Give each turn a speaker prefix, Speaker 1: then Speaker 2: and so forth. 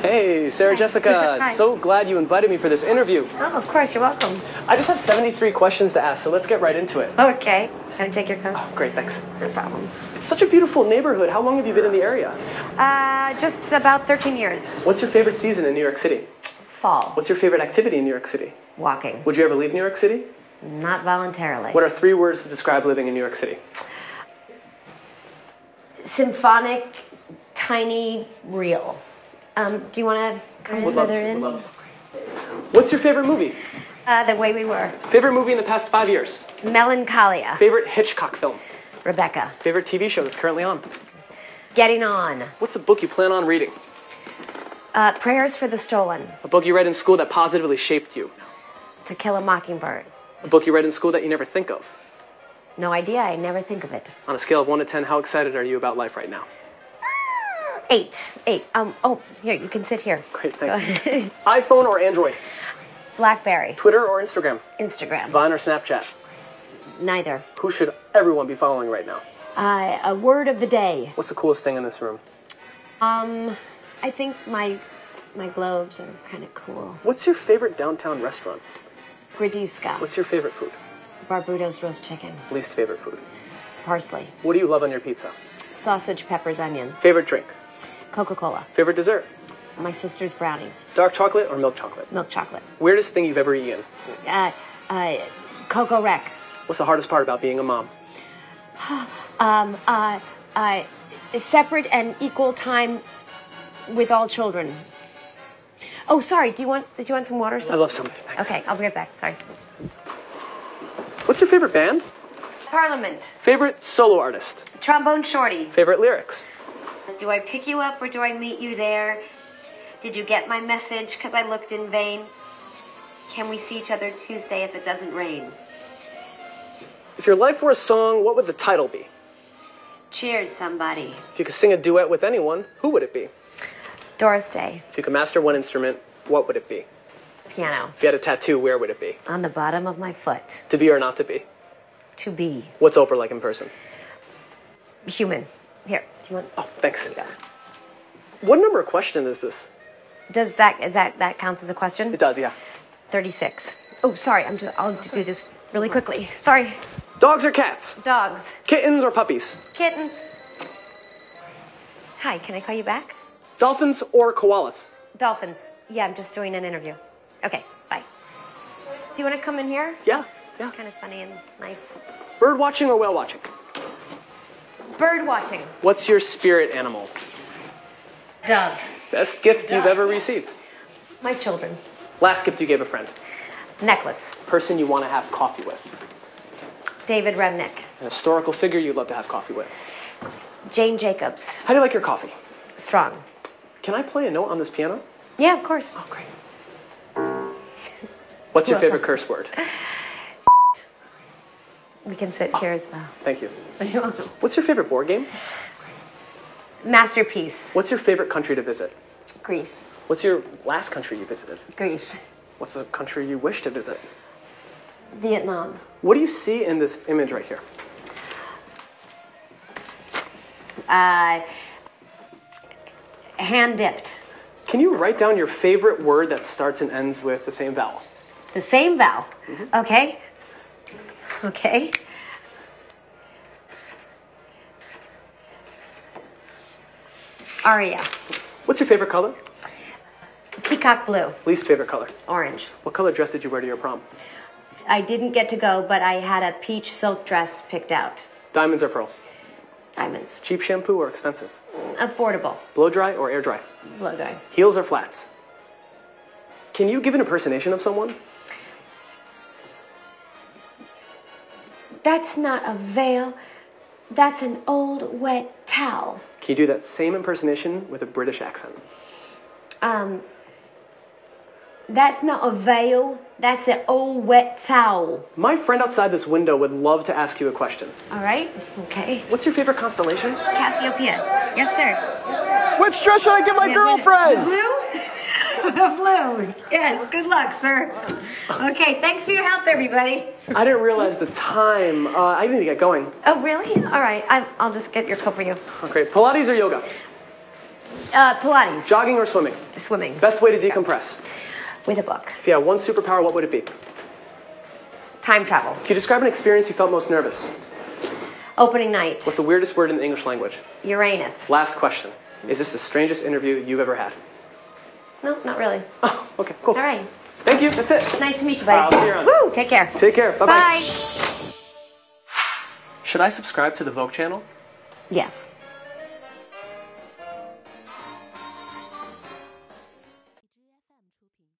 Speaker 1: Hey, Sarah Jessica.
Speaker 2: Hi.
Speaker 1: So glad you invited me for this interview.
Speaker 2: Oh, of course, you're welcome.
Speaker 1: I just have 73 questions to ask, so let's get right into it.
Speaker 2: Okay. Can I take your coat?
Speaker 1: Great, thanks.
Speaker 2: No problem.
Speaker 1: It's such a beautiful neighborhood. How long have you been in the area?
Speaker 2: Uh, just about 13 years.
Speaker 1: What's your favorite season in New York City?
Speaker 2: Fall.
Speaker 1: What's your favorite activity in New York City?
Speaker 2: Walking.
Speaker 1: Would you ever leave New York City?
Speaker 2: Not voluntarily.
Speaker 1: What are three words to describe living in New York City?
Speaker 2: Symphonic, tiny, real. Um, do you want to come
Speaker 1: Would love
Speaker 2: further
Speaker 1: to, would
Speaker 2: in?
Speaker 1: love to. What's your favorite movie?
Speaker 2: Uh, the way we were.
Speaker 1: Favorite movie in the past five years?
Speaker 2: Melancholia.
Speaker 1: Favorite Hitchcock film?
Speaker 2: Rebecca.
Speaker 1: Favorite TV show that's currently on?
Speaker 2: Getting on.
Speaker 1: What's a book you plan on reading?
Speaker 2: Uh, prayers for the stolen.
Speaker 1: A book you read in school that positively shaped you?
Speaker 2: To kill a mockingbird.
Speaker 1: A book you read in school that you never think of?
Speaker 2: No idea. I never think of it.
Speaker 1: On a scale of 1 to 10, how excited are you about life right now?
Speaker 2: Eight. Eight. Um. Oh, here you can sit here.
Speaker 1: Great, thanks. iPhone or Android?
Speaker 2: Blackberry.
Speaker 1: Twitter or Instagram?
Speaker 2: Instagram.
Speaker 1: Vine or Snapchat?
Speaker 2: Neither.
Speaker 1: Who should everyone be following right now?
Speaker 2: Uh, a word of the day.
Speaker 1: What's the coolest thing in this room?
Speaker 2: Um, I think my my globes are kind of cool.
Speaker 1: What's your favorite downtown restaurant?
Speaker 2: Gradiska,
Speaker 1: What's your favorite food?
Speaker 2: Barbudos roast chicken,
Speaker 1: Least favorite food?
Speaker 2: parsley,
Speaker 1: What do you love on your pizza?
Speaker 2: sausage, peppers, onions,
Speaker 1: Favorite drink?
Speaker 2: Coca Cola,
Speaker 1: Favorite dessert?
Speaker 2: my sister's brownies,
Speaker 1: Dark chocolate or milk chocolate?
Speaker 2: milk chocolate,
Speaker 1: Weirdest thing you've ever eaten?
Speaker 2: uh, uh, Coco Rec,
Speaker 1: What's the hardest part about being a mom?
Speaker 2: um, uh, uh, separate and equal time with all children. Oh, sorry. Do you want? Did you want some water?
Speaker 1: I love something. Thanks.
Speaker 2: Okay, I'll be right back. Sorry.
Speaker 1: What's your favorite band?
Speaker 2: Parliament,
Speaker 1: Favorite solo artist?
Speaker 2: trombone shorty.
Speaker 1: Favorite lyrics?
Speaker 2: Do I pick you up or do I meet you there? Did you get my message? Because I looked in vain. Can we see each other Tuesday if it doesn't rain?
Speaker 1: If your life were a song, what would the title be?
Speaker 2: Cheers, somebody.
Speaker 1: If you could sing a duet with anyone, who would it be?
Speaker 2: Doris Day,
Speaker 1: If you could master one instrument, what would it be?
Speaker 2: piano.
Speaker 1: If you had a tattoo, where would it be?
Speaker 2: On the bottom of my foot,
Speaker 1: To be or not to be?
Speaker 2: to be
Speaker 1: What's Oprah like in person?
Speaker 2: human. Here, do you want?
Speaker 1: Oh, thanks. What number of question is this?
Speaker 2: Does that is that that counts as a question?
Speaker 1: It does, yeah.
Speaker 2: Thirty-six. Oh, sorry. I'm. Just, I'll do this really quickly. Sorry.
Speaker 1: Dogs or cats?
Speaker 2: Dogs,
Speaker 1: Kittens or puppies?
Speaker 2: kittens. Hi. Can I call you back?
Speaker 1: Dolphins or koalas?
Speaker 2: Dolphins. Yeah, I'm just doing an interview. Okay, bye. Do you want to come in here?
Speaker 1: Yeah,
Speaker 2: It's
Speaker 1: yeah.
Speaker 2: Kind of sunny and nice.
Speaker 1: Bird watching or whale watching?
Speaker 2: Bird watching.
Speaker 1: What's your spirit animal?
Speaker 2: Dove.
Speaker 1: Best gift you've ever received?
Speaker 2: My children.
Speaker 1: Last gift you gave a friend?
Speaker 2: Necklace.
Speaker 1: Person you want to have coffee with?
Speaker 2: David Remnick.
Speaker 1: An historical figure you'd love to have coffee with?
Speaker 2: Jane Jacobs.
Speaker 1: How do you like your coffee?
Speaker 2: Strong.
Speaker 1: Can I play a note on this piano?
Speaker 2: Yeah, of course.
Speaker 1: Oh, great. What's your favorite curse word?
Speaker 2: We can sit here as well.
Speaker 1: Thank you. What's your favorite board game?
Speaker 2: Masterpiece.
Speaker 1: What's your favorite country to visit?
Speaker 2: Greece.
Speaker 1: What's your last country you visited?
Speaker 2: Greece.
Speaker 1: What's a country you wish to visit?
Speaker 2: Vietnam.
Speaker 1: What do you see in this image right here?
Speaker 2: Uh, hand dipped.
Speaker 1: Can you write down your favorite word that starts and ends with the same vowel?
Speaker 2: The same vowel. Okay. Okay. Aria.
Speaker 1: What's your favorite color?
Speaker 2: Peacock blue.
Speaker 1: Least favorite color.
Speaker 2: Orange.
Speaker 1: What color dress did you wear to your prom?
Speaker 2: I didn't get to go, but I had a peach silk dress picked out.
Speaker 1: Diamonds or pearls?
Speaker 2: Diamonds.
Speaker 1: Cheap shampoo or expensive?
Speaker 2: Affordable.
Speaker 1: Blow dry or air dry?
Speaker 2: Blow dry.
Speaker 1: Heels or flats? Can you give an impersonation of someone?
Speaker 2: That's not a veil. That's an old wet towel.
Speaker 1: Can you do that same impersonation with a British accent?
Speaker 2: Um, that's not a veil. That's an old wet towel.
Speaker 1: My friend outside this window would love to ask you a question.
Speaker 2: All right. Okay.
Speaker 1: What's your favorite constellation?
Speaker 2: Cassiopeia. Yes, sir.
Speaker 1: Which dress should I get my
Speaker 2: Blue? the blue. Yes, good luck, sir. Okay, thanks for your help, everybody.
Speaker 1: I didn't realize the time. Uh, I need to get going.
Speaker 2: Oh, really? All right, I'm, I'll just get your coat for you.
Speaker 1: Okay, Pilates or yoga?
Speaker 2: Uh, Pilates.
Speaker 1: Jogging or swimming?
Speaker 2: Swimming.
Speaker 1: Best way to decompress.
Speaker 2: With a book.
Speaker 1: If you had one superpower, what would it be? Can
Speaker 2: Time travel.
Speaker 1: you describe an experience you felt most nervous?
Speaker 2: Opening night.
Speaker 1: What's the weirdest word in the English language?
Speaker 2: Uranus.
Speaker 1: Last question. Is this the strangest interview you've ever had?
Speaker 2: No, not really.
Speaker 1: Oh, okay, cool.
Speaker 2: All right.
Speaker 1: Thank you. That's it.
Speaker 2: Nice to meet you,
Speaker 1: I'll
Speaker 2: buddy.
Speaker 1: Uh, see you around.
Speaker 2: Woo! Take care.
Speaker 1: Take care. Bye-bye.
Speaker 2: Bye.
Speaker 1: Should I subscribe to the Vogue channel?
Speaker 2: Yes.